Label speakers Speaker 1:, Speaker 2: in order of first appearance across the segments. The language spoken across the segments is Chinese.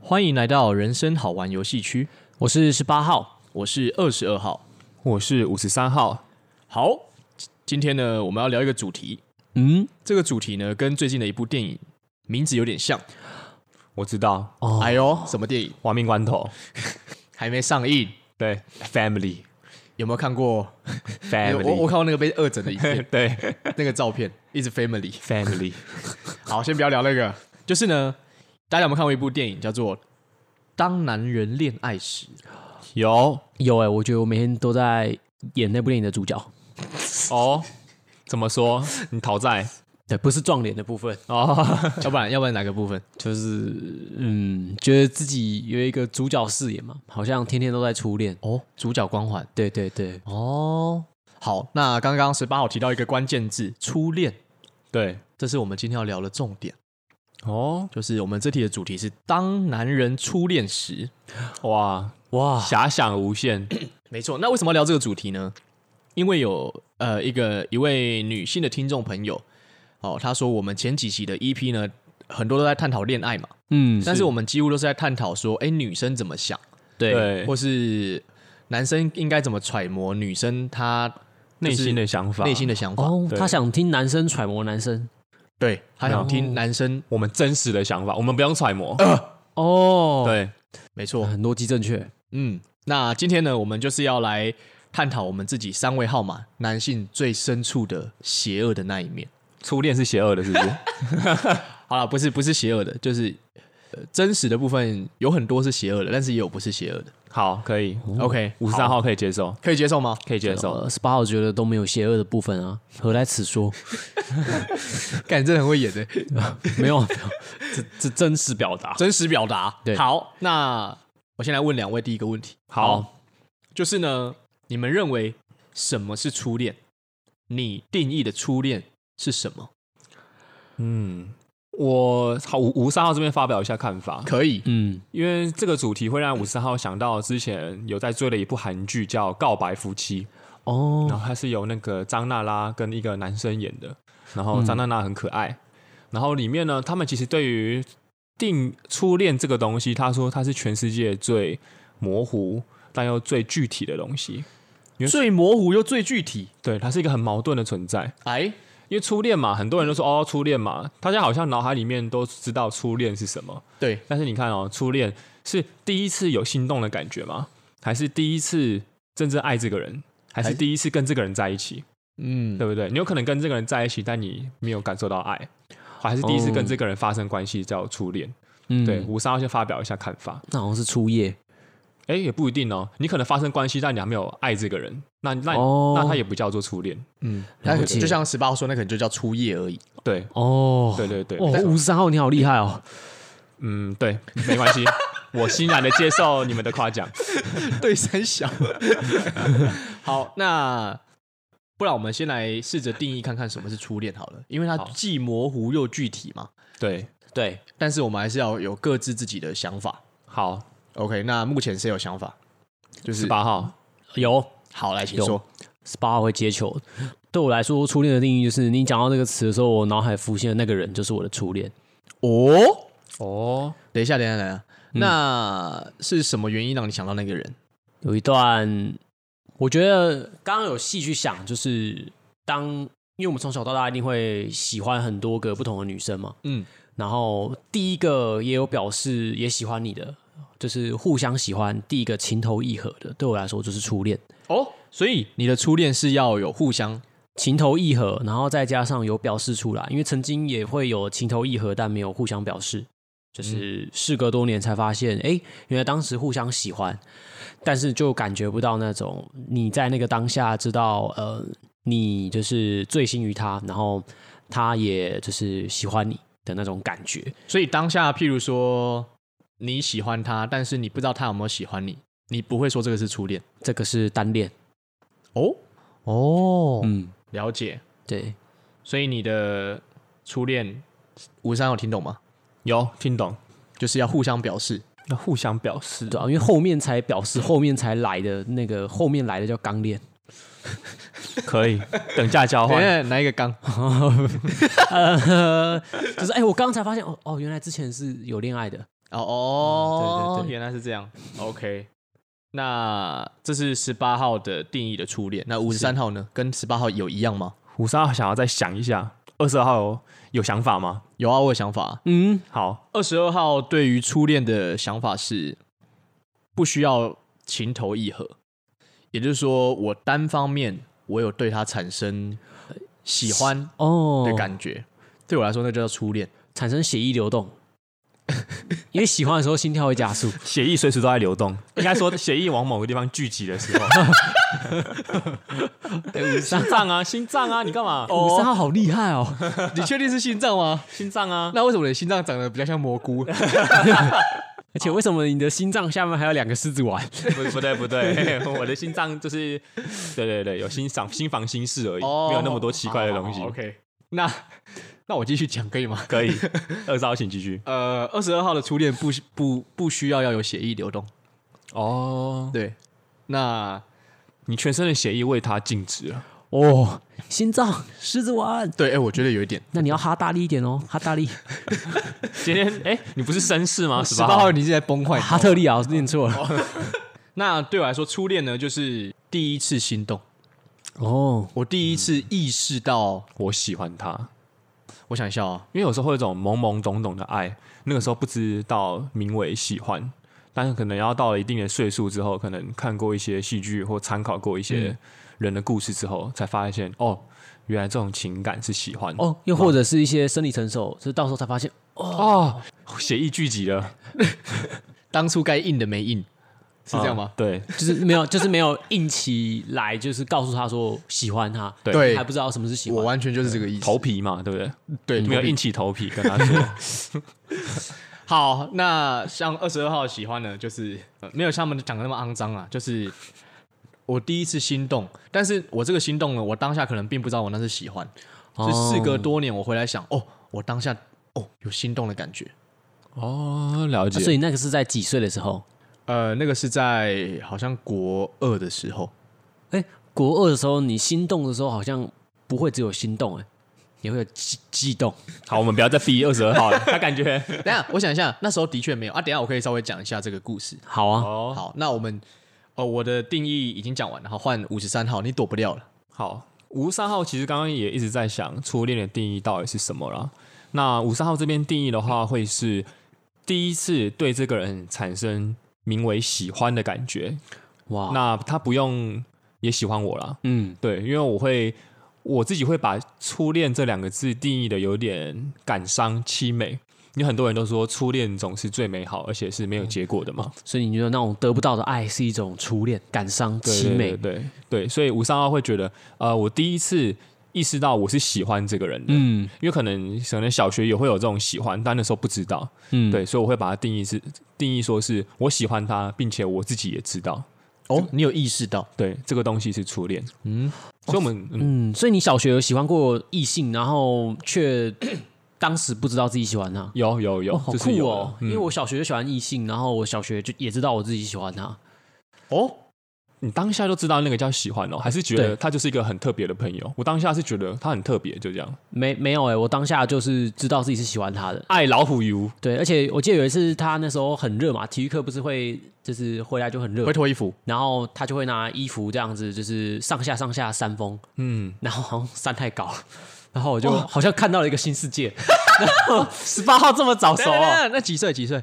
Speaker 1: 欢迎来到人生好玩游戏区，
Speaker 2: 我是十八号，
Speaker 1: 我是二十二号。
Speaker 3: 我是五十三号，
Speaker 1: 好，今天呢，我们要聊一个主题，
Speaker 2: 嗯，
Speaker 1: 这个主题呢，跟最近的一部电影名字有点像。
Speaker 3: 我知道，
Speaker 2: 哦
Speaker 1: 哎呦，什么电影？
Speaker 3: 亡命关头，
Speaker 1: 还没上映，
Speaker 3: 对，family
Speaker 1: 有没有看过？我我
Speaker 3: family，
Speaker 1: 看过那个被恶整的影片，
Speaker 3: 对
Speaker 1: 那个照片，一直 family。
Speaker 3: family，
Speaker 1: 好，先不要聊那个，就是呢，大家有没有看过一部电影叫做《当男人恋爱时》？
Speaker 3: 有
Speaker 2: 有哎、我觉得我每天都在演那部电影的主角，
Speaker 3: 哦，怎么说？你讨债
Speaker 2: 对，不是撞脸的部分，
Speaker 3: 哦，
Speaker 1: 要不然要不然哪个部分？
Speaker 2: 就是嗯，觉得自己有一个主角饰演嘛，好像天天都在初恋，
Speaker 1: 哦，主角光环。
Speaker 2: 对对对，
Speaker 1: 哦，好，那刚刚十八号提到一个关键字“初恋
Speaker 3: 对，”，
Speaker 1: 这是我们今天要聊的重点，
Speaker 3: 哦，
Speaker 1: 就是我们这题的主题是当男人初恋时。
Speaker 3: 哇，
Speaker 2: 哇，
Speaker 3: 遐想无 限，
Speaker 1: 没错，那为什么要聊这个主题呢？因为有呃一个一位女性的听众朋友，哦，她说我们前几期的 EP 呢，很多都在探讨恋爱嘛，
Speaker 2: 嗯，
Speaker 1: 但是我们几乎都是在探讨说，哎，女生怎么想，
Speaker 2: 对
Speaker 3: 对
Speaker 1: 或，是男生应该怎么揣摩女生她
Speaker 3: 内
Speaker 1: 就是
Speaker 3: 心的想法，
Speaker 1: 内心的想法。
Speaker 2: 哦，
Speaker 3: 对
Speaker 2: 他想听男生揣摩男生，
Speaker 1: 对，她想
Speaker 2: 哦
Speaker 1: 听男生，
Speaker 3: 我们真实的想法，我们不用揣摩，
Speaker 2: 哦，，
Speaker 3: 对，
Speaker 1: 没错，
Speaker 2: 很逻辑正确，
Speaker 1: 嗯，那今天呢，我们就是要来探讨我们自己三位号码男性最深处的邪恶的那一面。
Speaker 3: 初恋是邪恶的，是不 是？
Speaker 1: 好了，不是不是邪恶的，就是、呃、真实的部分有很多是邪恶的，但是也有不是邪恶的。
Speaker 3: 好，可以，
Speaker 1: OK，
Speaker 3: 五十三号可以接受，
Speaker 1: 可以接受吗？
Speaker 3: 可以接受，
Speaker 2: 十八号呃觉得都没有邪恶的部分啊，何来此说？
Speaker 1: 感真的很会演的、
Speaker 2: 没有，没有这这真实表达，
Speaker 1: 真实表达。
Speaker 2: 对
Speaker 1: 好，那我先来问两位第一个问题，
Speaker 3: 好，
Speaker 1: 就是呢，你们认为什么是初恋？你定义的初恋是什么？
Speaker 3: 嗯，我好，五五十三号这边发表一下看法，
Speaker 1: 可以，
Speaker 2: 嗯，
Speaker 3: 因为这个主题会让五十号想到之前有在追的一部韩剧叫《告白夫妻》，
Speaker 2: 哦，
Speaker 3: 然后它是由那个张娜拉跟一个男生演的，然后张娜拉很可爱，然后里面呢，他们其实对于定初恋这个东西，他说它是全世界最模糊但又最具体的东西，
Speaker 1: 最模糊又最具体。
Speaker 3: 对，它是一个很矛盾的存在。
Speaker 1: 哎，
Speaker 3: 因为初恋嘛，很多人都说哦，初恋嘛，大家好像脑海里面都知道初恋是什么，
Speaker 1: 对，
Speaker 3: 但是你看哦，初恋是第一次有心动的感觉吗？还是第一次真正爱这个人？还
Speaker 1: 还
Speaker 3: 是第一次跟这个人在一起？
Speaker 1: 嗯，
Speaker 3: 对不对？你有可能跟这个人在一起，但你没有感受到爱，还是第一次跟这个人发生关系叫初恋？
Speaker 2: 嗯，
Speaker 3: 对，，吴三号先发表一下看法。
Speaker 2: 那好像是初夜，
Speaker 3: 哎，也不一定哦，你可能发生关系，但你还没有爱这个人，那那、
Speaker 2: 哦
Speaker 3: 那他也不叫做初恋。
Speaker 1: 嗯，那
Speaker 2: 了解
Speaker 1: 就像十八号说，那可能就叫初夜而已。
Speaker 3: 对，
Speaker 2: 哦，
Speaker 3: 对对对，
Speaker 2: 哦，
Speaker 3: 但
Speaker 2: 五十三号你好厉害哦，
Speaker 3: 嗯，对，没关系，我欣然的接受你们的夸奖。
Speaker 1: 对，三小。 好，那不然我们先来试着定义看看什么是初恋好了，因为它
Speaker 3: 好
Speaker 1: 既模糊又具体嘛。
Speaker 3: 对，
Speaker 2: 对，
Speaker 1: 但是我们还是要有各自自己的想法。
Speaker 3: 好，
Speaker 1: OK，那目前谁有想法？就是
Speaker 3: 十八号，
Speaker 2: 有
Speaker 1: 好，来，请
Speaker 2: 有
Speaker 1: 说。
Speaker 2: 十八号会接球。对我来说，初恋的定义就是你讲到这个词的时候，我脑海浮现的那个人就是我的初恋。
Speaker 1: 哦，
Speaker 3: 哦，
Speaker 1: 等一下，等一下，等一下，
Speaker 3: 嗯
Speaker 1: 那是什么原因让你想到那个人？
Speaker 2: 有一段，我觉得刚刚有细去想，就是当因为我们从小到大一定会喜欢很多个不同的女生嘛，
Speaker 1: 嗯，
Speaker 2: 然后第一个也有表示也喜欢你的，就是互相喜欢，第一个情投意合的，对我来说就是初恋。
Speaker 1: 哦，所以你的初恋是要有互相
Speaker 2: 情投意合，然后再加上有表示出来，因为曾经也会有情投意合，但没有互相表示，就是事隔多年才发现，哎、原来当时互相喜欢，但是就感觉不到那种你在那个当下知道，呃，你就是醉心于他，然后他也就是喜欢你的那种感觉。
Speaker 1: 所以当下，譬如说你喜欢他，但是你不知道他有没有喜欢你，你不会说这个是初恋
Speaker 2: 这个是单恋，
Speaker 1: 哦哦，
Speaker 2: 嗯，
Speaker 1: 了解。
Speaker 2: 对，
Speaker 1: 所以你的初恋，吴三有听懂吗？
Speaker 3: 有听懂？
Speaker 1: 就是要互相表示
Speaker 3: 那互相表示
Speaker 2: 对啊，因为后面才表示，后面才来的那个后面来的叫刚恋，
Speaker 3: 可以，等价交 换。
Speaker 1: 哎，哪一个刚？
Speaker 2: 呃，就是哎、我刚才发现哦哦，原来之前是有恋爱的，
Speaker 1: 哦哦，
Speaker 2: 嗯对对对
Speaker 1: 原来是这样。OK，那这是十八号的定义的初恋。那五十三号呢？跟十八号有一样吗？
Speaker 3: 五十二想要再想一下，二十二号有有想法吗？
Speaker 1: 有啊，我有想法。
Speaker 2: 嗯，
Speaker 3: 好，
Speaker 1: 二十二号对于初恋的想法是不需要情投意合，也就是说，我单方面我有对他产生呃喜欢
Speaker 2: 哦，
Speaker 1: 的感觉，对我来说那就叫初恋。
Speaker 2: 产生血液流动，因为喜欢的时候心跳会加 速。
Speaker 3: 血液随时都在流动，应该 说血液往某个地方聚集的时 候，心脏啊，心脏啊，你干嘛？
Speaker 2: 五十三号好厉害哦！
Speaker 1: 你确定是心脏吗？
Speaker 3: 心脏啊，
Speaker 1: 那为什么你的心脏长得比较像蘑菇？
Speaker 2: 而且为什么你的心脏下面还有两个狮子丸？
Speaker 3: 不不对不对， 我的心脏就是，对对对，有心赏心房心事而已，
Speaker 1: 哦
Speaker 3: 没有那么多奇怪的东西
Speaker 1: 好好好。OK，那 那我继续讲可以吗？
Speaker 3: 可以，二十号请继续。
Speaker 1: 呃，二十二号的初恋不需不不需要要有血液流动。
Speaker 3: 哦，
Speaker 1: 对，那
Speaker 3: 你全身的血液为他静止了。
Speaker 2: 哦，心脏狮子丸，
Speaker 1: 对，哎、我觉得有一点。
Speaker 2: 那你要哈大力一点哦，哈大力，
Speaker 3: 今天哎、你不是绅士吗？
Speaker 1: 十
Speaker 3: 十
Speaker 1: 八
Speaker 3: 八
Speaker 1: 号
Speaker 3: 号
Speaker 1: 你是在崩坏。
Speaker 2: 哈特利啊，我念错了。
Speaker 1: 那对我来说，初恋呢就是第一次心动，
Speaker 2: 哦，
Speaker 1: 我第一次意识到，
Speaker 3: 我喜欢他，
Speaker 1: 我想一下哦，
Speaker 3: 因为有时候会有一种懵懵懂懂的爱，那个时候不知道名为喜欢，但是可能要到了一定的岁数之后，可能看过一些戏剧或参考过一些人的故事之后，才发现哦，原来这种情感是喜欢。
Speaker 2: 哦，又或者是一些生理成熟，就是到时候才发现，
Speaker 3: 哦，血液聚集了，
Speaker 1: 当初该硬的没硬，是这样吗
Speaker 3: 啊？对，
Speaker 2: 就是没有，就是没有硬起来，就是告诉他说喜欢他，
Speaker 3: 对
Speaker 1: 对
Speaker 2: 还不知道什么是喜
Speaker 1: 啊我
Speaker 2: 欢。
Speaker 1: 完全就是这个意思。
Speaker 3: 头皮嘛，对不对？
Speaker 1: 对，
Speaker 3: 没有
Speaker 1: 头皮
Speaker 3: 硬起头皮跟他说，
Speaker 1: 好，那像二十二号喜欢呢，就是、呃没有像他们讲的那么肮脏啊，就是我第一次心动，但是我这个心动呢，我当下可能并不知道我那是喜欢，
Speaker 2: 哦
Speaker 1: 是事隔多年我回来想，哦，我当下哦有心动的感觉，
Speaker 3: 哦，了解。
Speaker 2: 啊所以那个是在几岁的时候？
Speaker 1: 呃，那个是在好像国二的时候，
Speaker 2: 哎，国二的时候，你心动的时候好像不会只有心动，哎，也会有激激动。
Speaker 3: 好，我们不要再逼二十二号了，他感觉
Speaker 1: 等一下我想一下，那时候的确没有啊，等一下我可以稍微讲一下这个故事。
Speaker 2: 好啊，
Speaker 3: 哦，
Speaker 1: 好，那我们哦我的定义已经讲完了，好换五十三号，你躲不掉了。
Speaker 3: 好，五十三号其实刚刚也一直在想初恋的定义到底是什么啦。那五十三号这边定义的话，会是第一次对这个人产生名为喜欢的感觉，
Speaker 2: 哇，
Speaker 3: 那他不用也喜欢我啦。
Speaker 2: 嗯，
Speaker 3: 对，因为我会我自己会把初恋这两个字定义的有点感伤凄美。因为很多人都说初恋总是最美好，而且是没有结果的嘛。
Speaker 2: 所以你觉得那种得不到的爱是一种初恋，感伤
Speaker 3: 对
Speaker 2: 凄美
Speaker 3: 对。对对对所以五三二会觉得，呃，我第一次意识到我是喜欢这个人的，
Speaker 2: 嗯
Speaker 3: 因为可能可能小学也会有这种喜欢，但那时候不知道，
Speaker 2: 嗯，
Speaker 3: 对，所以我会把它定义是定义说是我喜欢他，并且我自己也知道，
Speaker 1: 哦，你有意识到
Speaker 3: 对，这个东西是初恋，
Speaker 1: 嗯
Speaker 3: 嗯，所以我们、嗯、
Speaker 2: 嗯，所以你小学有喜欢过异性，然后却 当时不知道自己喜欢他。
Speaker 3: 有有有，
Speaker 2: 哦，好
Speaker 3: 这是
Speaker 2: 酷
Speaker 3: 有
Speaker 2: 哦！
Speaker 3: 的
Speaker 2: 因为
Speaker 3: 嗯
Speaker 2: 我小学就喜欢异性，然后我小学就也知道我自己喜欢他。
Speaker 1: 哦，
Speaker 3: 你当下就知道那个叫喜欢哦，还是觉得
Speaker 2: 对
Speaker 3: 他就是一个很特别的朋友？我当下是觉得他很特别，就这样。
Speaker 2: 没没有哎、我当下就是知道自己是喜欢他的。
Speaker 3: 爱老虎油，
Speaker 2: 对，而且我记得有一次他那时候很热嘛，体育课不是会就是回来就很热
Speaker 1: 会，脱衣服，
Speaker 2: 然后他就会拿衣服这样子，就是上下上下扇风，
Speaker 3: 嗯，
Speaker 2: 然后好像山太高了，然后我就好像看到了一个新世界。 十八号这么早熟、
Speaker 1: 等一下等一
Speaker 2: 哦，
Speaker 1: 下那几岁？几岁？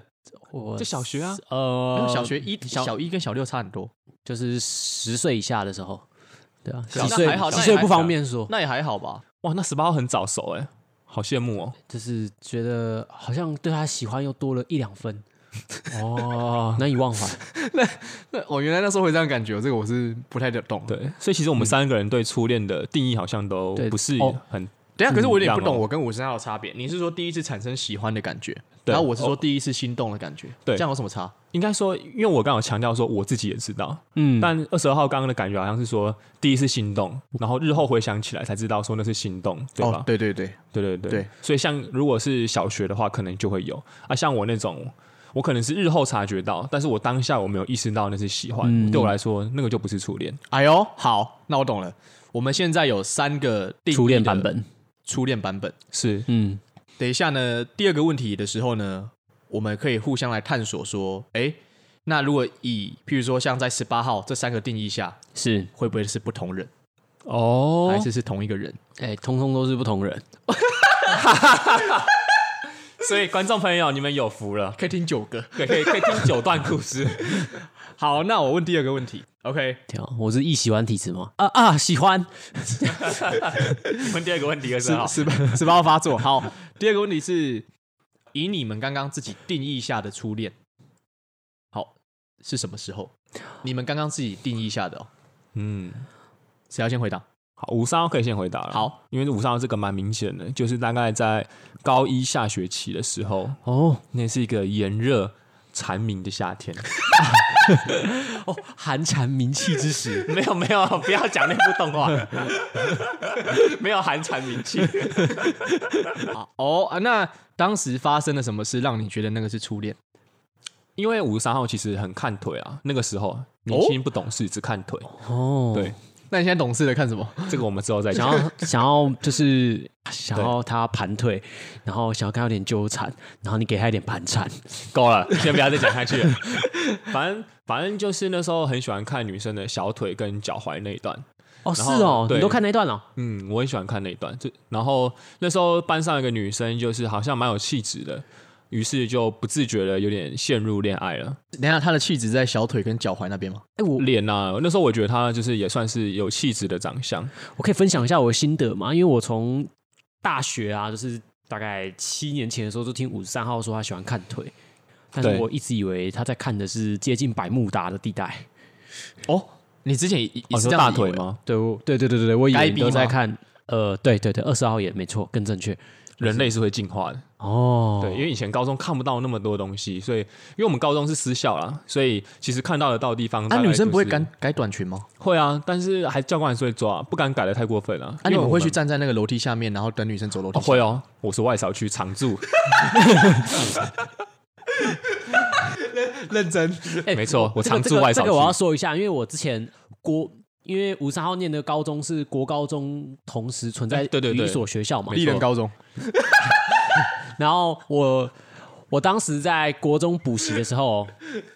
Speaker 2: 我
Speaker 3: 就小学啊，
Speaker 2: 呃
Speaker 1: 小学一
Speaker 2: 小
Speaker 1: 小一跟小六差很多，
Speaker 2: 就是十岁以下的时候，对啊，
Speaker 1: 小
Speaker 2: 几岁
Speaker 1: 那还好
Speaker 2: 几
Speaker 1: 那也
Speaker 2: 岁
Speaker 1: 还
Speaker 2: 不
Speaker 1: 小
Speaker 2: 方便说，
Speaker 1: 哦那也还好吧。
Speaker 3: 哇，那十八号很早熟哎，好羡慕哦。
Speaker 2: 就是觉得好像对他喜欢又多了一两分，
Speaker 3: 哦，
Speaker 2: 难以忘怀。
Speaker 1: 那我原来那时候会这样感觉，这个我是不太懂。
Speaker 3: 对，所以其实我们三个人对初恋的定义好像都
Speaker 2: 对
Speaker 3: 不是
Speaker 2: 哦
Speaker 3: 很
Speaker 1: 嗯等一啊下，可是我有点不
Speaker 3: 一样
Speaker 1: 懂
Speaker 3: 哦
Speaker 1: 我跟五十三号的差别。你是说第一次产生喜欢的感觉，
Speaker 3: 对
Speaker 1: 然后我是说
Speaker 3: 哦
Speaker 1: 第一次心动的感觉，
Speaker 3: 对
Speaker 1: 这样有什么差？
Speaker 3: 应该说，因为我刚好强调说我自己也知道，
Speaker 2: 嗯，
Speaker 3: 但二十二号刚刚的感觉好像是说第一次心动，然后日后回想起来才知道说那是心动，对吧？
Speaker 1: 哦，对对对，
Speaker 3: 对对对
Speaker 1: 对
Speaker 3: 所以像如果是小学的话，可能就会有啊，像我那种。我可能是日后察觉到，但是我当下我没有意识到那是喜欢，
Speaker 2: 嗯
Speaker 3: 对我来说那个就不是初恋。
Speaker 1: 哎呦，好，那我懂了。我们现在有三个定义的
Speaker 2: 初恋版，本，
Speaker 1: 初恋版本。
Speaker 3: 是
Speaker 2: 嗯，
Speaker 1: 等一下呢，第二个问题的时候呢，我们可以互相来探索说，哎、那如果以譬如说像在十八号这三个定义下，
Speaker 2: 是，
Speaker 1: 会不会是不同人，
Speaker 3: 哦
Speaker 1: 还是是同一个人？
Speaker 2: 哎、通通都是不同人。
Speaker 3: 所以观众朋友，你们有福了，
Speaker 1: 可以听九个。
Speaker 3: 可以可以可以听九段故事。
Speaker 1: 好，那我问第二个问题，OK？
Speaker 2: 天啊，我是易喜欢体质吗？啊啊，喜欢。
Speaker 3: 问第二个问题，二十
Speaker 1: 十
Speaker 3: 号，
Speaker 1: 十 八十八号发作。好，第二个问题是，以你们刚刚自己定义下的初恋，好是什么时候？你们刚刚自己定义下的、哦，
Speaker 3: 嗯，
Speaker 1: 谁要先回答？
Speaker 3: 好，五三号可以先回答了。
Speaker 1: 好，
Speaker 3: 因为五三号这个蛮明显的，就是大概在高一下学期的时候，
Speaker 2: 哦
Speaker 3: 那是一个炎热蝉鸣的夏天。
Speaker 2: 哦，寒蝉鸣泣之时，
Speaker 3: 没有没有，不要讲那部动画，没有寒蝉鸣泣。
Speaker 1: 好哦啊，那当时发生了什么事让你觉得那个是初恋？
Speaker 3: 因为五十三号其实很看腿啊，那个时候年轻不懂事，只看腿。
Speaker 2: 哦，
Speaker 3: 对，
Speaker 1: 那你现在懂事了看什么？
Speaker 3: 这个我们之后再
Speaker 2: 想
Speaker 3: 讲。
Speaker 2: 要想要就是想要他盘腿，然后想要跟他有点纠缠，然后你给他一点盘缠，
Speaker 3: 够了，先不要再讲下去了。反正反正就是那时候很喜欢看女生的小腿跟脚踝那一段。
Speaker 2: 哦，是
Speaker 3: 然后
Speaker 2: 哦，
Speaker 3: 对
Speaker 2: 你都看那一段了、
Speaker 3: 嗯，我很喜欢看那一段。就然后那时候班上有一个女生，就是好像蛮有气质的，于是就不自觉的有点陷入恋爱了。
Speaker 1: 等一下，他的气质在小腿跟脚踝那边吗？
Speaker 2: 哎、我
Speaker 3: 脸啊，那时候我觉得她就是也算是有气质的长相。
Speaker 1: 哦
Speaker 2: 我可以分享一下我的心得嘛？因为我从大学啊，就是大概七年前的时候，就听五十三号说他喜欢看腿，但是
Speaker 3: 对
Speaker 2: 我一直以为他在看的是接近百慕达的地带。
Speaker 1: 哦，你之前也也
Speaker 3: 哦，
Speaker 1: 是
Speaker 3: 说
Speaker 1: 这样、
Speaker 3: 大腿？吗？
Speaker 2: 对，我对对对对对，我以为
Speaker 1: 该
Speaker 2: 你
Speaker 1: 逼
Speaker 2: 都在
Speaker 1: 吗
Speaker 2: 看，呃，对对对，二十号也没错，更正确。
Speaker 3: 人类是会进化的。
Speaker 2: 哦，
Speaker 3: 对，因为以前高中看不到那么多东西，所以因为我们高中是私校啦，所以其实看到得到的地方大
Speaker 1: 啊，
Speaker 3: 概就
Speaker 1: 女
Speaker 3: 是，
Speaker 1: 生不会改改短裙吗？
Speaker 3: 会啊，但是还教官还是会抓，不敢改的太过分了、啊。
Speaker 1: 啊，
Speaker 3: 因
Speaker 1: 你
Speaker 3: 为
Speaker 1: 们
Speaker 3: 我
Speaker 1: 会去站在那个楼梯下面，然后等女生走楼梯
Speaker 3: 哦？
Speaker 1: 下？
Speaker 3: 会哦，我是外扫区常驻，
Speaker 1: 认真。
Speaker 2: 哎
Speaker 3: 没错，我
Speaker 2: 这个
Speaker 3: 常
Speaker 2: 这
Speaker 3: 驻
Speaker 2: 个
Speaker 3: 外
Speaker 2: 这
Speaker 3: 扫
Speaker 2: 个我要
Speaker 3: 区。
Speaker 2: 说一下，因为我之前国，因为五三号念的高中是国高中同时存在
Speaker 3: 哎对对
Speaker 2: 于
Speaker 3: 对
Speaker 2: 一所学校嘛，
Speaker 1: 丽人高中，
Speaker 2: 然后我我当时在国中补习的时候，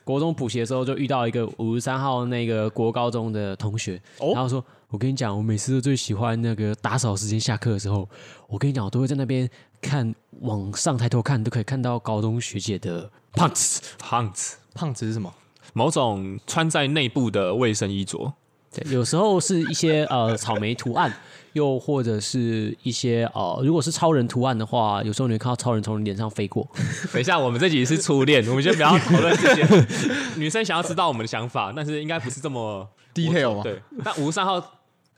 Speaker 2: 国中补习的时候就遇到一个五十三号那个国高中的同学，
Speaker 1: 哦
Speaker 2: 然后说：“我跟你讲，我每次都最喜欢那个打扫时间下课的时候，我跟你讲，我都会在那边看往上抬头看，都可以看到高中学姐的胖子。
Speaker 3: Hunt，
Speaker 1: 胖子是什么？
Speaker 3: 某种穿在内部的卫生衣着，
Speaker 2: 对，有时候是一些呃草莓图案，又或者是一些呃，如果是超人图案的话，有时候你会看到超人从你脸上飞过。
Speaker 3: 等一下，我们这集是初恋，我们先不要讨论这些。女生想要知道我们的想法，但是应该不是这么
Speaker 1: Detail 吗
Speaker 3: 对，但五十三号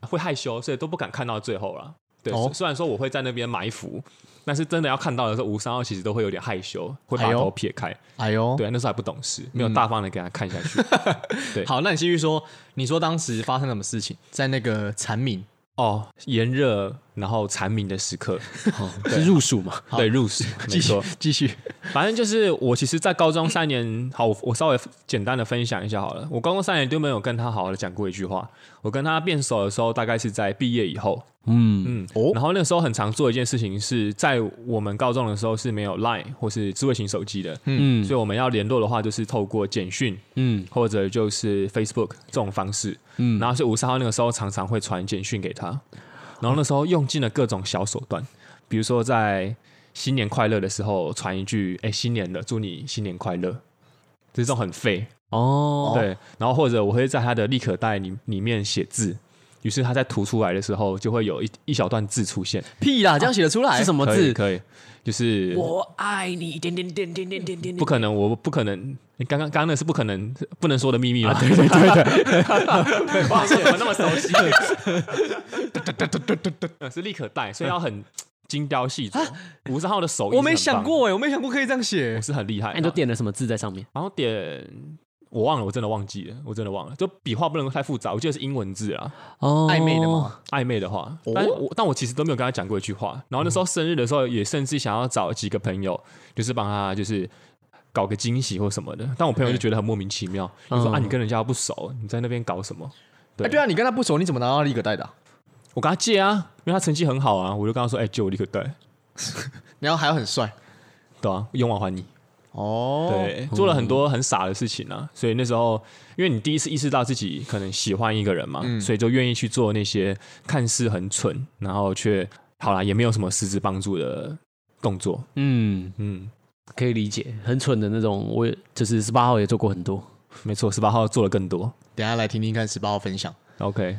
Speaker 3: 会害羞，所以都不敢看到最后了。对，
Speaker 1: 哦
Speaker 3: 虽然说我会在那边埋伏，但是真的要看到的时候，五十三号其实都会有点害羞，会把
Speaker 1: 哎呦嗯
Speaker 3: 头撇开。
Speaker 1: 哎呦，
Speaker 3: 对，那时候还不懂事，没有大方的给他看下去。
Speaker 1: 好，那你继续说，你说当时发生什么事情？在那个蝉鸣，
Speaker 3: 哦，炎热然后蝉鸣的时刻，
Speaker 2: 哦， 是入暑嘛？
Speaker 3: 对，入室，没
Speaker 1: 继续
Speaker 3: 错。
Speaker 1: 继续。
Speaker 3: 反正就是我，其实，在高中三年，好，我我稍微简单的分享一下好了。我高中三年都没有跟他好好的讲过一句话。我跟他变熟的时候，大概是在毕业以后，
Speaker 2: 嗯，
Speaker 3: 嗯，
Speaker 1: 哦
Speaker 3: 然后那时候很常做一件事情是，在我们高中的时候是没有 Line 或是智慧型手机的，
Speaker 2: 嗯
Speaker 3: 所以我们要联络的话，就是透过简讯
Speaker 2: 嗯
Speaker 3: 或者就是 Facebook 这种方式。
Speaker 2: 嗯，
Speaker 3: 然后是五十号那个时候常常会传简讯给他，然后那时候用尽了各种小手段，比如说在新年快乐的时候传一句“哎、新年了，祝你新年快乐”， 这种很废、
Speaker 2: 哦，
Speaker 3: 对。然后或者我会在他的立可带里里面写字，于是他在涂出来的时候就会有一一小段字出现，
Speaker 1: 屁啦，这样写得出来？
Speaker 2: 是什么
Speaker 3: 可以
Speaker 2: 字？
Speaker 3: 可以，就是
Speaker 2: 我爱你，点点点点点点点
Speaker 3: 不
Speaker 2: 点。
Speaker 3: 可能，我不可能。诶刚刚刚刚那是不可能不能说的秘密吗？啊 对对对哇，怎么那么熟悉？呃 是立可带，所以要很精雕细琢。五十号的手艺，
Speaker 1: 我没想，过哎、我没想过可以这样写
Speaker 3: 我。是很厉害
Speaker 2: 哎那。你都点了什么字在上面？
Speaker 3: 然后点，我忘了，我真的忘记了，我真的忘了。就笔画不能太复杂，我记得是英文字啊。
Speaker 2: 哦
Speaker 1: 暧昧的？吗？
Speaker 3: 暧昧的话，
Speaker 1: 哦
Speaker 3: 但我但我其实都没有跟他讲过一句话。然后那时候生日的时候，也甚至想要找几个朋友，就是帮他就是搞个惊喜或什么的。但我朋友就觉得很莫名其妙，就说
Speaker 2: 嗯
Speaker 3: 啊，你跟人家不熟，你在那边搞什么？
Speaker 1: 哎、
Speaker 3: 对
Speaker 1: 对啊，你跟他不熟，你怎么拿到立可带的啊、
Speaker 3: 我跟他借啊，因为他成绩很好啊，我就跟他说，哎、借我立刻带，
Speaker 1: 然后还要很帅，
Speaker 3: 对啊，用完还你。
Speaker 1: 哦，
Speaker 3: 对，做了很多很傻的事情啊，所以那时候，因为你第一次意识到自己可能喜欢一个人嘛，所以就愿意去做那些看似很蠢，然后却好啦，也没有什么实质帮助的动作。
Speaker 2: 嗯，
Speaker 3: 嗯，
Speaker 2: 可以理解，很蠢的那种。我也就是十八号也做过很多，
Speaker 3: 没错，十八号做了更多。
Speaker 1: 等一下来听听看十八号分享。
Speaker 3: OK，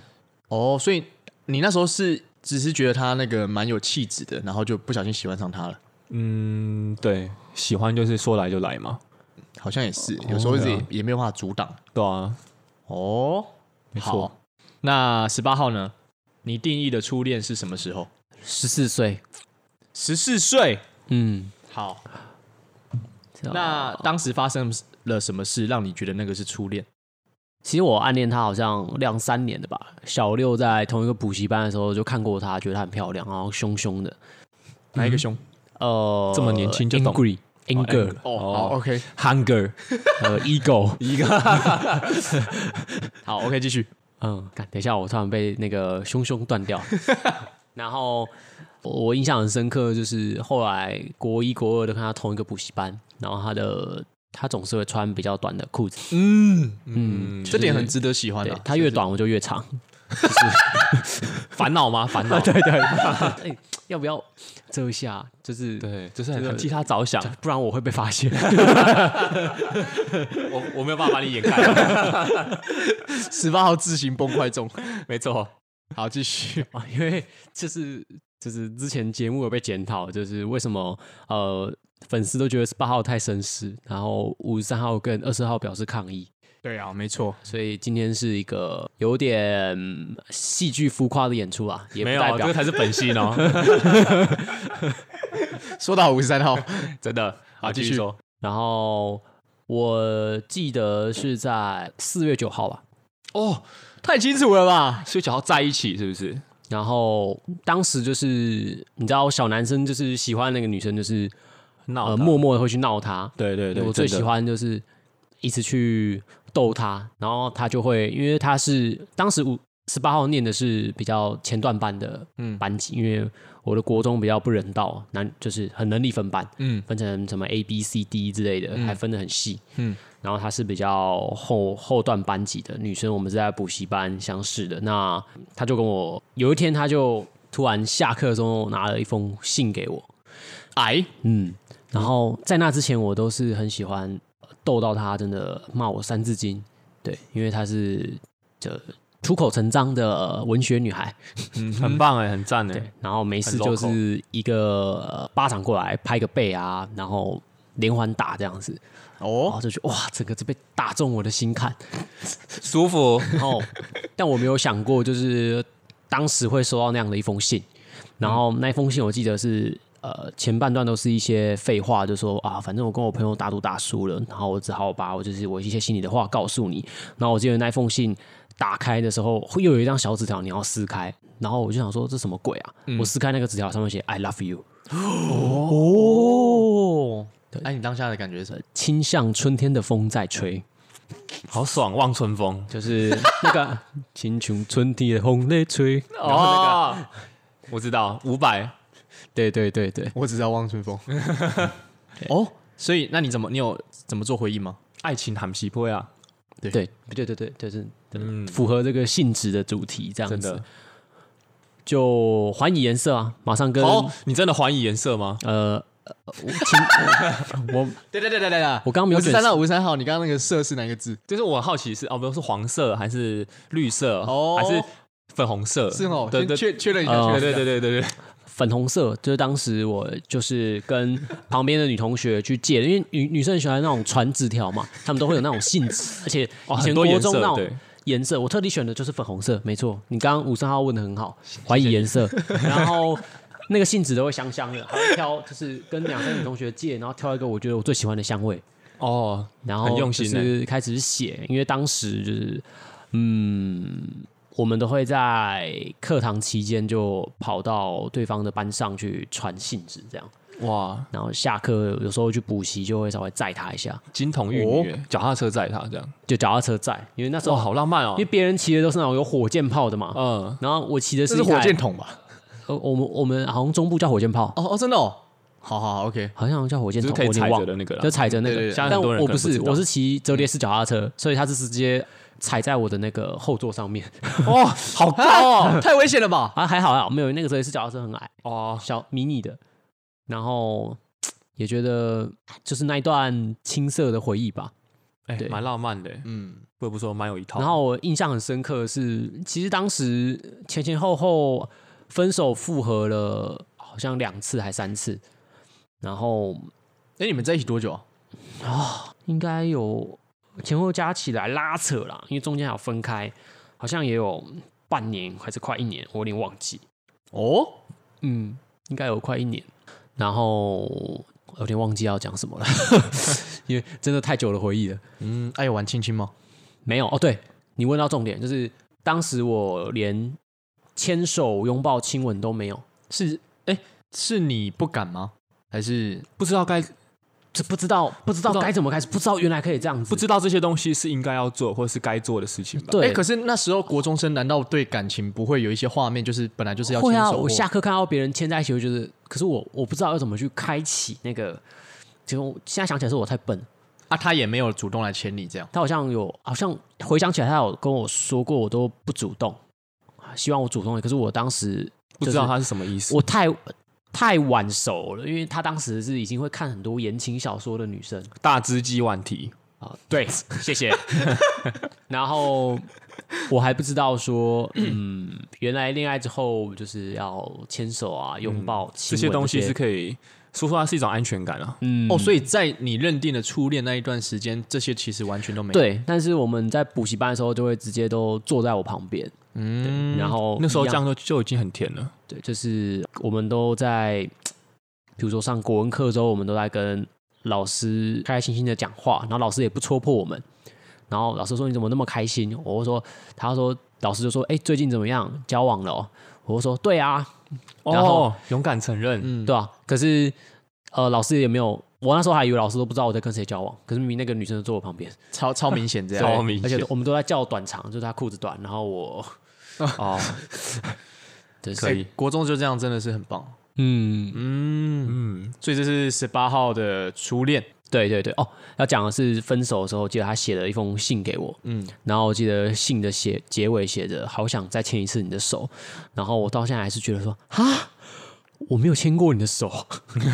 Speaker 1: 哦，所以你那时候是只是觉得他那个蛮有气质的，然后就不小心喜欢上他了，
Speaker 3: 嗯，对，喜欢就是说来就来嘛，
Speaker 1: 好像也是，有时候自己
Speaker 3: 对啊
Speaker 1: 也没有办法阻挡。
Speaker 3: 对啊，
Speaker 1: 哦，
Speaker 3: 没错
Speaker 1: 好，那十八号呢？你定义的初恋是什么时候？
Speaker 2: 十四岁，
Speaker 1: 十四岁。
Speaker 2: 嗯，
Speaker 1: 好，
Speaker 2: 啊
Speaker 1: 那当时发生了什么事，让你觉得那个是初恋？
Speaker 2: 其实我暗恋她好像两三年的吧。小六在同一个补习班的时候就看过她，觉得她很漂亮，然后凶凶的。
Speaker 1: 哪一个凶？
Speaker 2: 呃，
Speaker 3: 这么嗯年轻就懂
Speaker 2: angry anger
Speaker 1: 哦，好，OK，
Speaker 2: hunger 呃 ego
Speaker 3: 一个
Speaker 1: 好，OK，继续。
Speaker 2: 嗯，干等一下，我突然被那个凶凶断 掉。然后我我印象很深刻，就是后来国一、国二都跟他同一个补习班，然后他的他总是会穿比较短的裤子，
Speaker 1: 嗯，
Speaker 2: 嗯，
Speaker 1: 这点很值得喜欢啊
Speaker 3: 啊
Speaker 2: 对
Speaker 1: 的。
Speaker 2: 他越短我就越长。
Speaker 3: 烦恼吗？烦恼，
Speaker 2: 对对，哎，要不要遮一下？就是
Speaker 3: 对，就是
Speaker 2: 这
Speaker 3: 很
Speaker 2: 个
Speaker 3: 很替他着想，
Speaker 2: 不然我会被发现。
Speaker 3: 我我没有办法把你掩盖，
Speaker 1: 十八号自行崩坏 中。
Speaker 3: 没错，
Speaker 1: 好，继 续。
Speaker 2: 啊，因为就是就是之前节目有被检讨，就是为什么呃粉丝都觉得十八号太绅士，然后五十三号跟二十号表示抗议，
Speaker 1: 对啊，没错。
Speaker 2: 所以今天是一个有点嗯戏剧浮夸的演出啊，也不
Speaker 3: 没有
Speaker 2: 代，
Speaker 3: 这
Speaker 2: 表
Speaker 3: 个才是本性哦，
Speaker 1: 说到五十 三号，
Speaker 3: 真的。好，继
Speaker 1: 继续
Speaker 3: 续说，
Speaker 2: 然后我记得是在四月九号吧，
Speaker 1: 哦，太清楚了吧？
Speaker 3: 所以想要在一起是不是？
Speaker 2: 然后当时就是你知道小男生就是喜欢那个女生，就是
Speaker 3: 闹
Speaker 2: 呃
Speaker 3: 他
Speaker 2: 默默的会去闹她，
Speaker 3: 对对对，
Speaker 2: 我最
Speaker 3: 真的
Speaker 2: 喜欢就是一直去逗他，然后他就会，因为他是当时五十八号念的是比较前段班的
Speaker 3: 嗯
Speaker 2: 班级，因为我的国中比较不人道，男就是很能力分班，
Speaker 1: 嗯
Speaker 2: 分成什么 A B C D 之类的，还分得很细，
Speaker 1: 嗯
Speaker 2: 然后她是比较后后段班级的女生，我们是在补习班相识的。那她就跟我有一天，她就突然下课的时候拿了一封信给我，
Speaker 1: 哎，
Speaker 2: 嗯，然后在那之前，我都是很喜欢呃逗到他真的骂我《三字经》，对，因为她是这出口成章的呃文学女孩，
Speaker 3: 很棒哎，很赞
Speaker 2: 对
Speaker 3: 哎，，
Speaker 2: 然后没事
Speaker 3: 很 local
Speaker 2: 就是一个呃巴掌过来拍个背啊，然后连环打这样子，然
Speaker 1: 哦，
Speaker 2: 后就觉得哇，整个就被打中我的心坎，
Speaker 3: 舒服。
Speaker 2: 然后 但我没有想过，就是当时会收到那样的一封信，然后那一封信我记得是。呃，前半段都是一些废话，就说啊，反正我跟我朋友打赌打输了，然后我只好把我就是我一些心里的话告诉你。然后我记得那一封信打开的时候，会又有一张小纸条，你要撕开，然后我就想说这什么鬼啊？我撕开那个纸条上面写 “I love you”，
Speaker 1: 哦，哎，你当下的感觉是什么？
Speaker 2: 倾向春天的风在吹，
Speaker 3: 好爽，望春风
Speaker 2: 就是那个青春春天的风在吹。
Speaker 3: 哦。 我知道五百
Speaker 2: 对对对对，
Speaker 1: 我只知道望 春风。哦，所以那你怎么，你有怎么做回应吗？
Speaker 3: 爱情喊西坡呀，
Speaker 2: 对对对对，就是呃
Speaker 3: 嗯，
Speaker 2: 符合这个性质的主题，这样
Speaker 3: 真
Speaker 2: 子
Speaker 3: 的
Speaker 2: 就还以颜色啊，马上跟、
Speaker 3: 哦，你真的怀疑颜色吗？
Speaker 2: 呃，呃我请 我
Speaker 1: 对对对对对对，
Speaker 2: 我刚刚没有
Speaker 1: 五十三
Speaker 2: 选
Speaker 1: 号，五十三号，你刚刚那个色是哪个字？
Speaker 3: 就是我好奇是哦，比如是黄色还是绿色，
Speaker 1: 哦
Speaker 3: 还是粉红色？
Speaker 1: 是哦，
Speaker 3: 对
Speaker 1: 先
Speaker 3: 对对
Speaker 1: 确确认一下，
Speaker 2: 哦
Speaker 1: 确认
Speaker 3: 对
Speaker 1: 一下
Speaker 3: 对对对对对，
Speaker 2: 粉红色，就是当时我就是跟旁边的女同学去借的，因为女女生很喜欢那种传纸条嘛，她们都会有那种 信纸，而且
Speaker 3: 哦，
Speaker 2: 以
Speaker 3: 很
Speaker 2: 前
Speaker 3: 多
Speaker 2: 国
Speaker 3: 颜
Speaker 2: 中那
Speaker 3: 色，
Speaker 2: 种
Speaker 3: 对，
Speaker 2: 颜色，我特地选的就是粉红色，没错。你刚刚五三号问的很好，怀疑颜色，然后那个信纸都会香香的，还会挑就是跟两三个同学借，然后挑一个我觉得我最喜欢的香味，
Speaker 3: 哦，
Speaker 2: 然后
Speaker 3: 很用心
Speaker 2: 就
Speaker 3: 欸
Speaker 2: 是开始写，因为当时就是嗯，我们都会在课堂期间就跑到对方的班上去传信纸这样，
Speaker 3: 哇，
Speaker 2: 然后下课有时候去补习就会稍微载他一下，
Speaker 3: 金童玉女欸，脚踏车载他这样，
Speaker 2: 就脚踏车载，因为那时
Speaker 3: 哇，
Speaker 2: 候
Speaker 3: 好浪漫
Speaker 2: 因
Speaker 3: 哦
Speaker 2: 为，别人骑的都是那种有火箭炮的嘛。
Speaker 3: 嗯，
Speaker 2: 然后我骑的
Speaker 1: 这
Speaker 2: 一
Speaker 1: 是火
Speaker 2: 台
Speaker 1: 箭筒吧？
Speaker 2: 呃，我们我们好像中部叫火箭炮，
Speaker 1: 哦哦，真的哦，好好好，OK，
Speaker 2: 好像叫火箭
Speaker 3: 就是可
Speaker 2: 筒，
Speaker 3: 以
Speaker 2: 我有
Speaker 3: 踩
Speaker 2: 点忘
Speaker 3: 着的
Speaker 2: 了，
Speaker 3: 那个啦
Speaker 2: 就。踩着那
Speaker 1: 对对
Speaker 2: 个
Speaker 1: 对。
Speaker 3: 像
Speaker 2: 但
Speaker 3: 很多人
Speaker 2: 我
Speaker 3: 可
Speaker 2: 不
Speaker 3: 能不
Speaker 2: 是，
Speaker 3: 知道
Speaker 2: 我是骑折叠式脚踏车，所以它是直接踩在我的那个后座上面
Speaker 3: 哦，好高 哦！
Speaker 1: 太危险了吧？
Speaker 2: 啊，还好啊，没有那个折叠式脚踏车很矮，
Speaker 3: 哦，
Speaker 2: 小迷你的，然后也觉得就是那一段青涩的回忆吧。
Speaker 3: 哎
Speaker 2: 对，
Speaker 3: 蛮浪漫的，
Speaker 1: 嗯，
Speaker 3: 不得不说蛮有一套。
Speaker 2: 然后我印象很深刻的是，其实当时前前后后分手复合了好像两次还三次，然后
Speaker 1: 哎，你们在一起多久啊？
Speaker 2: 应该有前后加起来拉扯啦，因为中间还有分开，好像也有半年还是快一年，我有点忘记，
Speaker 1: 哦，
Speaker 2: 嗯，应该有快一年，然后有点忘记要讲什 么了，因为真的太久的回忆了。
Speaker 1: 嗯，哎，有玩亲亲吗？
Speaker 2: 没有哦，对你问到重点，就是当时我连牵手、拥抱、亲吻都没有，
Speaker 1: 是，哎，是你不敢吗？还是
Speaker 3: 不知道该
Speaker 2: 这不知道不知道该怎么开始，不知道原来可以这样子，
Speaker 3: 不知道这些东西是应该要做或是该做的事情吧？
Speaker 2: 对，
Speaker 1: 哎，可是那时候国中生难道对感情不会有一些画面？就是本来就是要
Speaker 2: 会
Speaker 1: 牵
Speaker 2: 啊，
Speaker 1: 手
Speaker 2: 我
Speaker 1: 或
Speaker 2: 下课看到别人牵在一起，我就觉得，可是我我不知道要怎么去开启那个。其实我现在想起来是我太笨，
Speaker 1: 啊，他也没有主动来牵你这样。
Speaker 2: 他好像有，好像回想起来，他有跟我说过，我都不主动，希望我主动一点。可是我当时
Speaker 3: 不知道它是什么意思。
Speaker 2: 我太太晚熟了，因为他当时是已经会看很多言情小说的女生，
Speaker 3: 大只鸡晚提，
Speaker 2: 啊，对，谢谢。 然后我还不知道说，嗯，原来恋爱之后就是要牵手啊、拥抱、
Speaker 3: 这
Speaker 2: 亲
Speaker 3: 些
Speaker 2: 吻
Speaker 3: 东西
Speaker 2: 这
Speaker 3: 是可以说出它是一种安全感啊。
Speaker 2: 嗯
Speaker 1: 哦，所以在你认定的初恋那一段时间，这些其实完全都没有。，
Speaker 2: 对。但是我们在补习班的时候，就会直接都坐在我旁边，
Speaker 1: 嗯，
Speaker 2: 然后
Speaker 3: 那时候
Speaker 2: 一
Speaker 3: 这
Speaker 2: 样
Speaker 3: 样就就已经很甜了。
Speaker 2: 对，就是我们都在，比如说上国文课的时候，我们都在跟老师开开心心的讲话，然后老师也不戳破我们。然后老师说你怎么那么开心？我就说，他说老师就说，哎、最近怎么样？交往了、哦？我就说对啊，然后
Speaker 3: 哦，勇敢承认，
Speaker 2: 对啊。可是呃，老师也没有，我那时候还以为老师都不知道我在跟谁交往，可是明明那个女生就坐我旁边，
Speaker 1: 超超明显这样。
Speaker 3: 超明
Speaker 2: 而且
Speaker 3: 显
Speaker 2: 我们都在叫短长，就是她裤子短，然后我
Speaker 3: 哦。
Speaker 2: 就是
Speaker 3: 可以
Speaker 1: 哎国中就这样真的是很棒。
Speaker 2: 嗯
Speaker 3: 嗯，
Speaker 1: 所以这是十八号的初恋，
Speaker 2: 对对对，哦，要讲的是分手的时候，记得他写了一封信给我，嗯，然后我记得信的写结尾写着“好想再牵一次你的手”，然后我到现在还是觉得说，哈，我没有牵过你的手，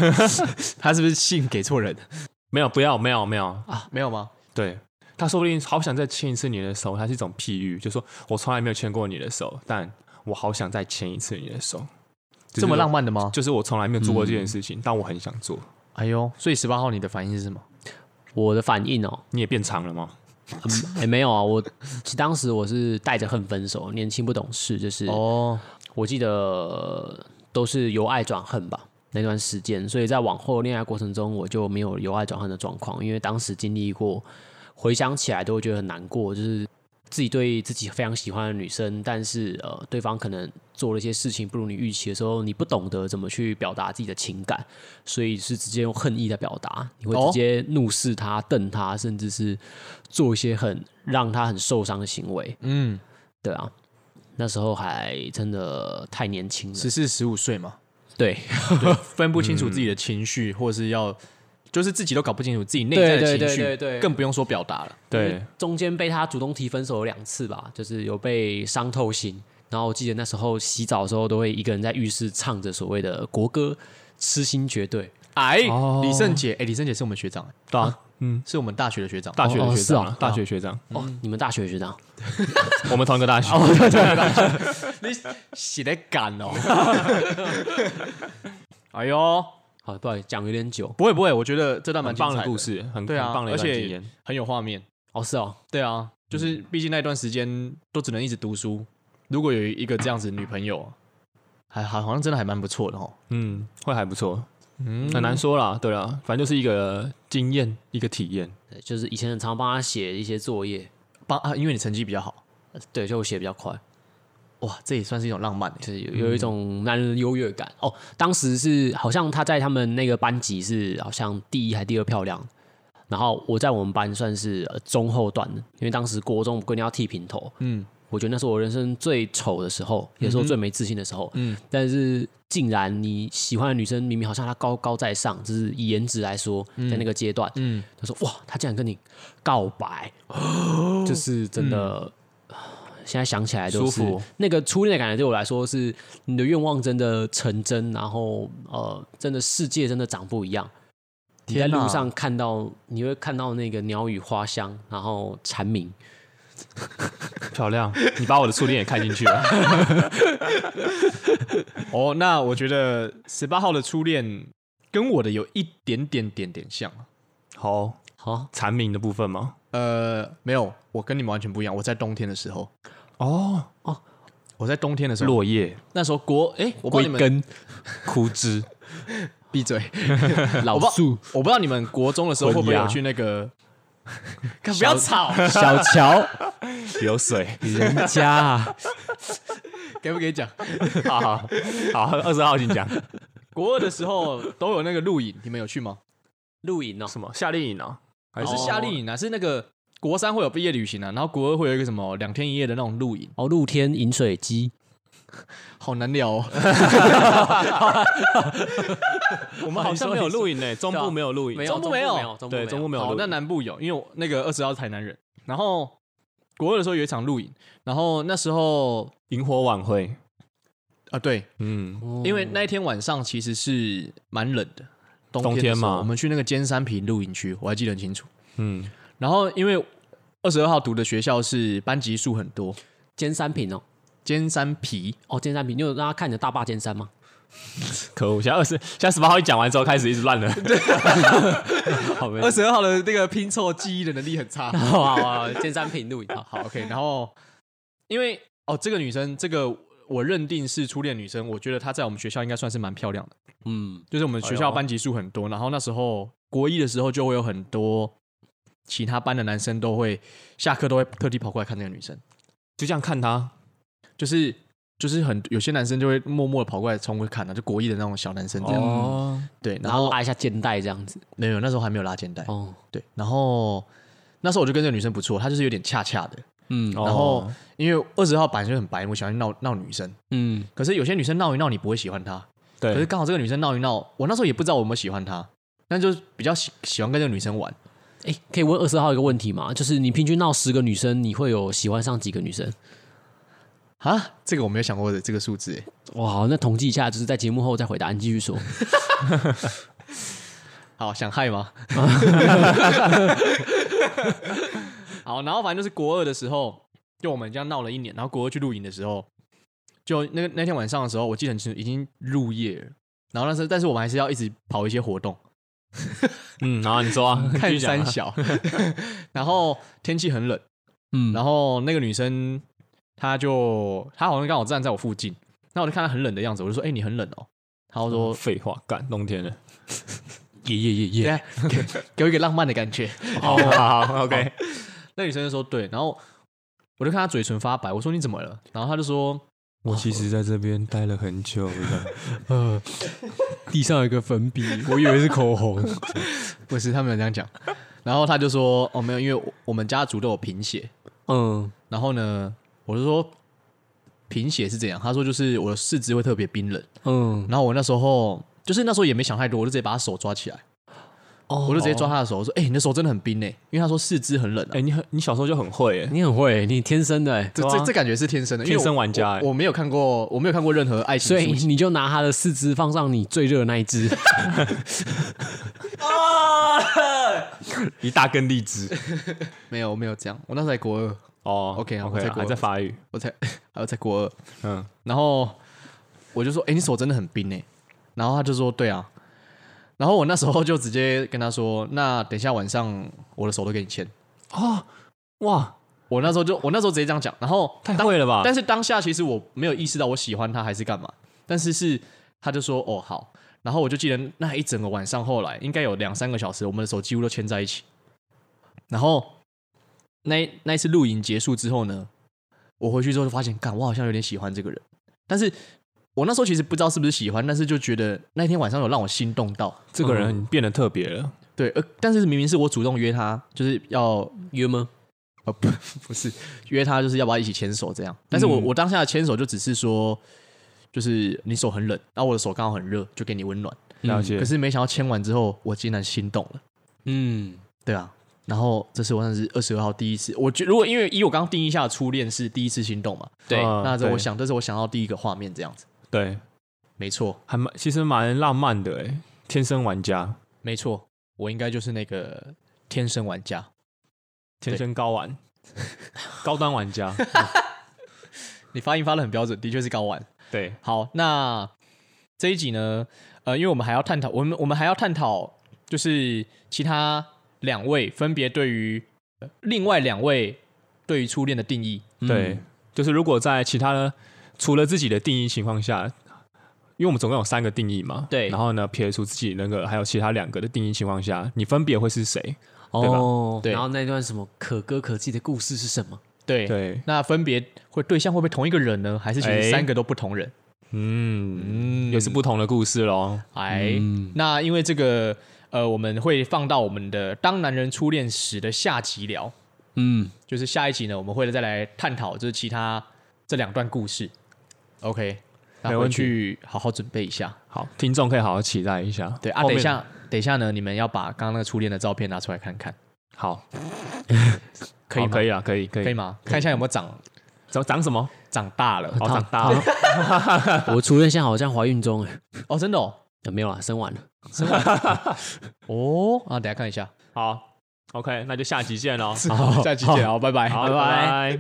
Speaker 1: 他是不是信给错人？
Speaker 3: 没有，不要，没有，没有。
Speaker 1: 没有吗？
Speaker 3: 对他说不定好想再牵一次你的手，它是一种譬喻，就说我从来没有牵过你的手，但我好想再牵一次你的手。就是
Speaker 1: 这么
Speaker 3: 我
Speaker 1: 浪，漫的吗？
Speaker 3: 就是我从来没有做过这件事情，但我很想做。
Speaker 1: 哎呦，所以十八号你的反应是什么？
Speaker 2: 我的反应哦，
Speaker 3: 你也变长了吗？
Speaker 2: 嗯也没有啊，我 其实当时我是带着恨分手，年轻不懂事，就是
Speaker 1: 哦，
Speaker 2: 我记得都是由爱转恨吧那段时间，所以在往后恋爱过程中，我就没有由爱转恨的状况，因为当时经历过，回想起来都会觉得很难过，就是自己对自己非常喜欢的女生，但是呃，对方可能做了一些事情不如你预期的时候，你不懂得怎么去表达自己的情感，所以是直接用恨意在表达，你会
Speaker 1: 哦
Speaker 2: 直接怒视他、瞪他，甚至是做一些很让他很受伤的行为。
Speaker 1: 嗯，
Speaker 2: 对啊，那时候还真的太年轻了。
Speaker 1: 十四十五岁嘛，
Speaker 2: 对，
Speaker 1: 分不清楚自己的情绪，或是要就是自己都搞不清楚自己内在的
Speaker 2: 对对
Speaker 1: 情
Speaker 2: 对
Speaker 1: 绪，
Speaker 2: 对对
Speaker 1: 更不用说表达了。
Speaker 3: 对，，
Speaker 2: 中间被他主动提分手有两次吧，就是有被伤透心。然后我记得那时候洗澡的时候，都会一个人在浴室唱着所谓的国歌《痴心绝对》。
Speaker 1: 哎，
Speaker 3: 哦
Speaker 1: 李圣杰，哎，李圣杰是我们学长，
Speaker 3: 对啊，嗯，
Speaker 1: 是我们大学的学长，
Speaker 3: 大学
Speaker 2: 哦
Speaker 3: 的
Speaker 2: 哦
Speaker 3: 学
Speaker 2: 是
Speaker 3: 长
Speaker 2: 哦
Speaker 3: 啊，大学学长，
Speaker 2: 哦，你们大学学长，
Speaker 3: 我们同一个大学。
Speaker 1: 你写的敢哦。哎呦，
Speaker 2: 好，哦不好意思，讲有点久。
Speaker 1: 不会不会，我觉得这段蛮
Speaker 3: 很
Speaker 1: 精彩
Speaker 3: 棒的故，事，很
Speaker 1: 对啊
Speaker 3: 很棒，的
Speaker 1: 而
Speaker 3: 一段经
Speaker 1: 且
Speaker 3: 验。
Speaker 1: 很有画面。
Speaker 2: 哦，是哦，
Speaker 1: 对啊，就是毕竟那段时间都只能一直读书，如果有一个这样子的女朋友，还还好像真的还蛮不错的哦。
Speaker 3: 嗯，会还不错，
Speaker 1: 嗯
Speaker 3: 很难说啦，对啦，反正就是一个经验，一个体验。
Speaker 2: 对就是以前很常帮他写一些作业，
Speaker 1: 帮啊，因为你成绩比较好，
Speaker 2: 呃对，就我写比较快，
Speaker 1: 哇，这也算是一种浪漫欸
Speaker 2: 就是有有一种男人的优越感。哦，当时是好像他在他们那个班级是好像第一还第二漂亮，然后我在我们班算是呃中后段的，因为当时国中我跟你要剃平头，嗯，我我觉得那是我人生最丑的时候，也是我最没自信的时候。
Speaker 1: 嗯
Speaker 2: 嗯，但是竟然你喜欢的女生明明好像她高高在上，就是以颜值来说，在那个阶段，
Speaker 1: 嗯，
Speaker 2: 他说哇，她竟然跟你告白，
Speaker 1: 哦
Speaker 2: 就是真的。
Speaker 1: 嗯
Speaker 2: 现在想起来都
Speaker 3: 舒
Speaker 2: 是
Speaker 3: 服
Speaker 2: 那个初恋的感觉，对我来说是你的愿望真的成真，然后呃，真的世界真的长不一样。你在
Speaker 1: 天哪
Speaker 2: 路上看到，你会看到那个鸟语花香，然后蝉鸣，
Speaker 3: 漂亮，你把我的初恋也看进去 了。
Speaker 1: 哦，那我觉得十八号的初恋跟我的有一点点点点像啊。
Speaker 3: 好，
Speaker 2: 好、
Speaker 3: 蝉鸣的部分吗？
Speaker 1: 呃，没有，我跟你们完全不一样。我在冬天的时候，
Speaker 3: 哦，
Speaker 1: 我在冬天的时候，
Speaker 3: 落叶、
Speaker 1: 那时候国哎、我不知道你
Speaker 2: 归
Speaker 1: 们
Speaker 2: 根
Speaker 3: 枯枝，
Speaker 1: 闭 嘴，
Speaker 2: 老
Speaker 1: 我不知道
Speaker 2: 树
Speaker 1: 我不知道你们国中的时候会不会
Speaker 3: 昏鸦
Speaker 1: 有去那 个，干不要吵，
Speaker 2: 小 乔，
Speaker 3: 流水。
Speaker 2: 人家啊，
Speaker 1: 给不给讲？
Speaker 3: 好好好，二十号请讲。
Speaker 1: 国二的时候都有那个露营，你们有去吗？
Speaker 2: 露营 哦，
Speaker 3: 什么夏令营啊？还
Speaker 1: 不是夏令营啊，是那个国三会有毕业旅行啊，然后国二会有一个什么两天一夜的那种露营，
Speaker 2: 哦，露天饮水机，
Speaker 1: 好难聊哦。
Speaker 3: 我们好像没有露营呢，中
Speaker 2: 对
Speaker 3: 部
Speaker 2: 啊
Speaker 3: 没有露营，
Speaker 1: 中部 没有
Speaker 2: 中部没
Speaker 3: 对
Speaker 2: 有，
Speaker 3: 中部没有
Speaker 1: 好，
Speaker 3: 露
Speaker 1: 那
Speaker 3: 营。
Speaker 1: 南部有，因为我那个二十号是台南人，然后国二的时候有一场露营，然后那时候
Speaker 3: 萤火晚会，
Speaker 1: 啊对，
Speaker 3: 嗯，
Speaker 2: 哦
Speaker 1: 因为那一天晚上其实是蛮冷的，冬
Speaker 3: 冬
Speaker 1: 的
Speaker 3: 天
Speaker 1: 时候
Speaker 3: 嘛
Speaker 1: 我们去那个尖山坪露营区，我还记得很清楚。
Speaker 3: 嗯，
Speaker 1: 然后因为二十二号读的学校是班级数很多，
Speaker 2: 尖山坪哦，
Speaker 1: 尖山皮
Speaker 2: 哦，尖山坪，你有让他看你的大坝尖山吗？
Speaker 3: 可恶！现在二十，现在十八号一讲完之后开始一直乱了。
Speaker 2: 好，没
Speaker 1: 二十二号的那个拼凑记忆的能力很差。
Speaker 2: 好啊好好，尖山坪露营，好
Speaker 1: 好，OK，然后因为哦，这个女生，这个我认定是初恋女生，我觉得她在我们学校应该算是蛮漂亮的，
Speaker 2: 嗯，
Speaker 1: 就是我们学
Speaker 3: 哎
Speaker 1: 校
Speaker 3: 呦
Speaker 1: 班级数很多，然后那时候国一的时候就会有很多其他班的男生都会下课都会特地跑过来看那个女生，
Speaker 3: 就这样看他，
Speaker 1: 就是。就是很有些男生就会默默的跑过来冲过去看的，啊就国一的那种小男生这样。
Speaker 3: 哦，
Speaker 1: 对，然
Speaker 2: 然
Speaker 1: 后
Speaker 2: 后拉一下肩带这样子，
Speaker 1: 没有那时候还没有拉肩带，
Speaker 2: 哦，
Speaker 1: 对，然后那时候我就跟这个女生不错，她就是有点恰恰的，
Speaker 2: 嗯
Speaker 3: 哦
Speaker 1: 然后因为二十号本来就很白目，喜欢闹闹女生，
Speaker 2: 嗯，
Speaker 1: 可是有些女生闹一闹你不会喜欢她，可是
Speaker 3: 对，
Speaker 1: 刚好这个女生闹一闹，我那时候也不知道我有没有喜欢她，但就是比较喜喜欢跟这个女生玩，
Speaker 2: 哎，可以问二十号一个问题吗？就是你平均闹十个女生，你会有喜欢上几个女生？
Speaker 1: 啊，这个我没有想过的这个数字欸，
Speaker 2: 哇，好那统计一下，就是在节目后再回答。你继续说，
Speaker 1: 好想害吗？ 好，然后反正就是国二的时候，就我们这样闹了一年，然后国二去露营的时候，就那个那天晚上的时候，我记得很清楚，已经入夜了。然后那时候，但是我们还是要一直跑一些活动，
Speaker 3: 嗯，然后你说啊，
Speaker 1: 看
Speaker 3: 继续讲啊
Speaker 1: 三小。然后天气很冷，
Speaker 2: 嗯，
Speaker 1: 然后那个女生她就她好像刚好站在我附近，那我就看她很冷的样子，我就说：“哎、你很冷哦。”她就说
Speaker 3: 废话，干冬天 了。：“
Speaker 2: 耶耶
Speaker 3: 嗯
Speaker 2: 耶耶，
Speaker 1: 对啊，给 给我一个浪漫的感觉。”
Speaker 3: 好好好，OK，
Speaker 1: 那女生就说对，然后我就看她嘴唇发白，我说你怎么了？然后她就说
Speaker 3: 我其实在这边待了很久了。
Speaker 2: 呃，地上有一个粉笔，我以为是 口红。
Speaker 1: 不是，她没有这样讲。 然后她就说哦没有，因为我我们家族都有贫血。
Speaker 2: 嗯，
Speaker 1: 然后呢，我就说贫血是怎样？她说就是我的四肢会特别冰冷。
Speaker 2: 嗯，
Speaker 1: 然后我那时候就是那时候也没想太多，我就直接把她手抓起来，
Speaker 2: 哦
Speaker 1: 我就直接抓她的手，我说哎、你的手真的很冰呢、因为她说四肢很冷、啊。
Speaker 3: 哎，你很，你小时候就很 会耶，
Speaker 2: 你很会，你天生的欸，
Speaker 1: 这
Speaker 3: 对啊
Speaker 1: 这这感觉是天生的，因为
Speaker 3: 天生
Speaker 1: 我
Speaker 3: 玩家欸
Speaker 1: 我。我没有看过，我没有看过任何爱情
Speaker 2: 所以
Speaker 1: 书籍。
Speaker 2: 你就拿他的四肢放上你最热的那一只，
Speaker 3: 一大根荔枝。
Speaker 1: 没有，我没有这样。我那时候在国二，
Speaker 3: 哦
Speaker 1: OK，好我再
Speaker 3: OK，
Speaker 1: 过
Speaker 3: 还在发育，
Speaker 1: 我才还有在国二，
Speaker 3: 嗯，
Speaker 1: 然后我就说：“哎、你手真的很冰哎、然后他就说：“对啊。”然后我那时候就直接跟他说：“那等一下晚上我的手都给你牵。
Speaker 3: 哦，哇，”
Speaker 1: 我那时候就我那时候直接这样讲，然后
Speaker 3: 太会了吧？
Speaker 1: 啊但是当下其实我没有意识到我喜欢他还是干嘛，但是是他就说：“哦好。”然后我就记得那一整个晚上，后来应该有两三个小时，我们的手几乎都牵在一起。然后那一那一次露营结束之后呢，我回去之后就发现，干，我好像有点喜欢这个人，但是我那时候其实不知道是不是喜欢，但是就觉得那天晚上有让我心动到，
Speaker 3: 这
Speaker 1: 嗯
Speaker 3: 个人变得特别了，
Speaker 1: 对，呃，但是明明是我主动约他，就是要
Speaker 2: 约吗？
Speaker 1: 呃，不，不是约他，就是要不要一起牵手这样。但是我、我当下的牵手就只是说，就是你手很冷，然后我的手刚好很热，就给你温暖。
Speaker 3: 了解
Speaker 1: 嗯可是没想到牵完之后，我竟然心动了，
Speaker 2: 嗯，
Speaker 1: 对啊。然后这是我算是二十二号第一次，我觉如果因为以我刚刚定义下的初恋是第一次心动嘛，哦
Speaker 2: 对，
Speaker 3: 嗯
Speaker 1: 那这
Speaker 3: 对
Speaker 1: 我想这是我想到第一个画面这样子，
Speaker 3: 对，
Speaker 1: 没错，
Speaker 3: 还蛮其实蛮浪漫的哎，天生玩家，
Speaker 1: 没错，我应该就是那个天生玩家，
Speaker 3: 天生高玩，高端玩 家，
Speaker 1: 你发音发的很标准，的确是高玩。
Speaker 3: 对，
Speaker 1: 好，那这一集呢，呃，因为我们还要探讨，我们我们还要探讨，就是其他两位分别对于呃另外两位对于初恋的定义。
Speaker 3: 对，就是如果在其他的除了自己的定义情况下，因为我们总共有三个定义嘛，
Speaker 2: 对
Speaker 3: 然后呢，撇除自己那个还有其他两个的定义情况下，你分别会是谁？对吧
Speaker 2: 哦，
Speaker 1: 对
Speaker 2: 然后那段什么可歌可泣的故事是什么？
Speaker 1: 对，
Speaker 3: 对，
Speaker 1: 那分别会对象会不会同一个人呢？还是其实
Speaker 3: 哎
Speaker 1: 三个都不同人？
Speaker 3: 嗯，
Speaker 1: 嗯
Speaker 3: 也是不同的故事喽。
Speaker 1: 哎，那因为这个呃，我们会放到我们的《当男人初恋时》的下集聊，
Speaker 2: 嗯，
Speaker 1: 就是下一集呢，我们会再来探讨就是其他这两段故事。OK，那
Speaker 3: 没问
Speaker 1: 回
Speaker 3: 题
Speaker 1: 去好好准备一下。
Speaker 3: 好，听众可以好好期待一下。
Speaker 1: 对啊，
Speaker 3: 后
Speaker 1: 等
Speaker 3: 面
Speaker 1: 一，下，等一下呢，你们要把刚刚那个初恋的照片拿出来看看，
Speaker 3: 好，
Speaker 1: 可以
Speaker 3: 好
Speaker 1: 吗？
Speaker 3: 可以啊，可以，可以，
Speaker 1: 可以？吗？看一下有没有长
Speaker 3: 长长什么？
Speaker 1: 长大了
Speaker 3: 哦，长大了，
Speaker 2: 我初恋现在好像怀孕中，哎，
Speaker 1: 哦，真的哦
Speaker 2: 啊没有啦，生完了。
Speaker 1: 哦啊，等一下看一下，
Speaker 3: 好，OK，那就下集见喽。
Speaker 1: 下期见哦，拜拜，
Speaker 3: 好，拜拜。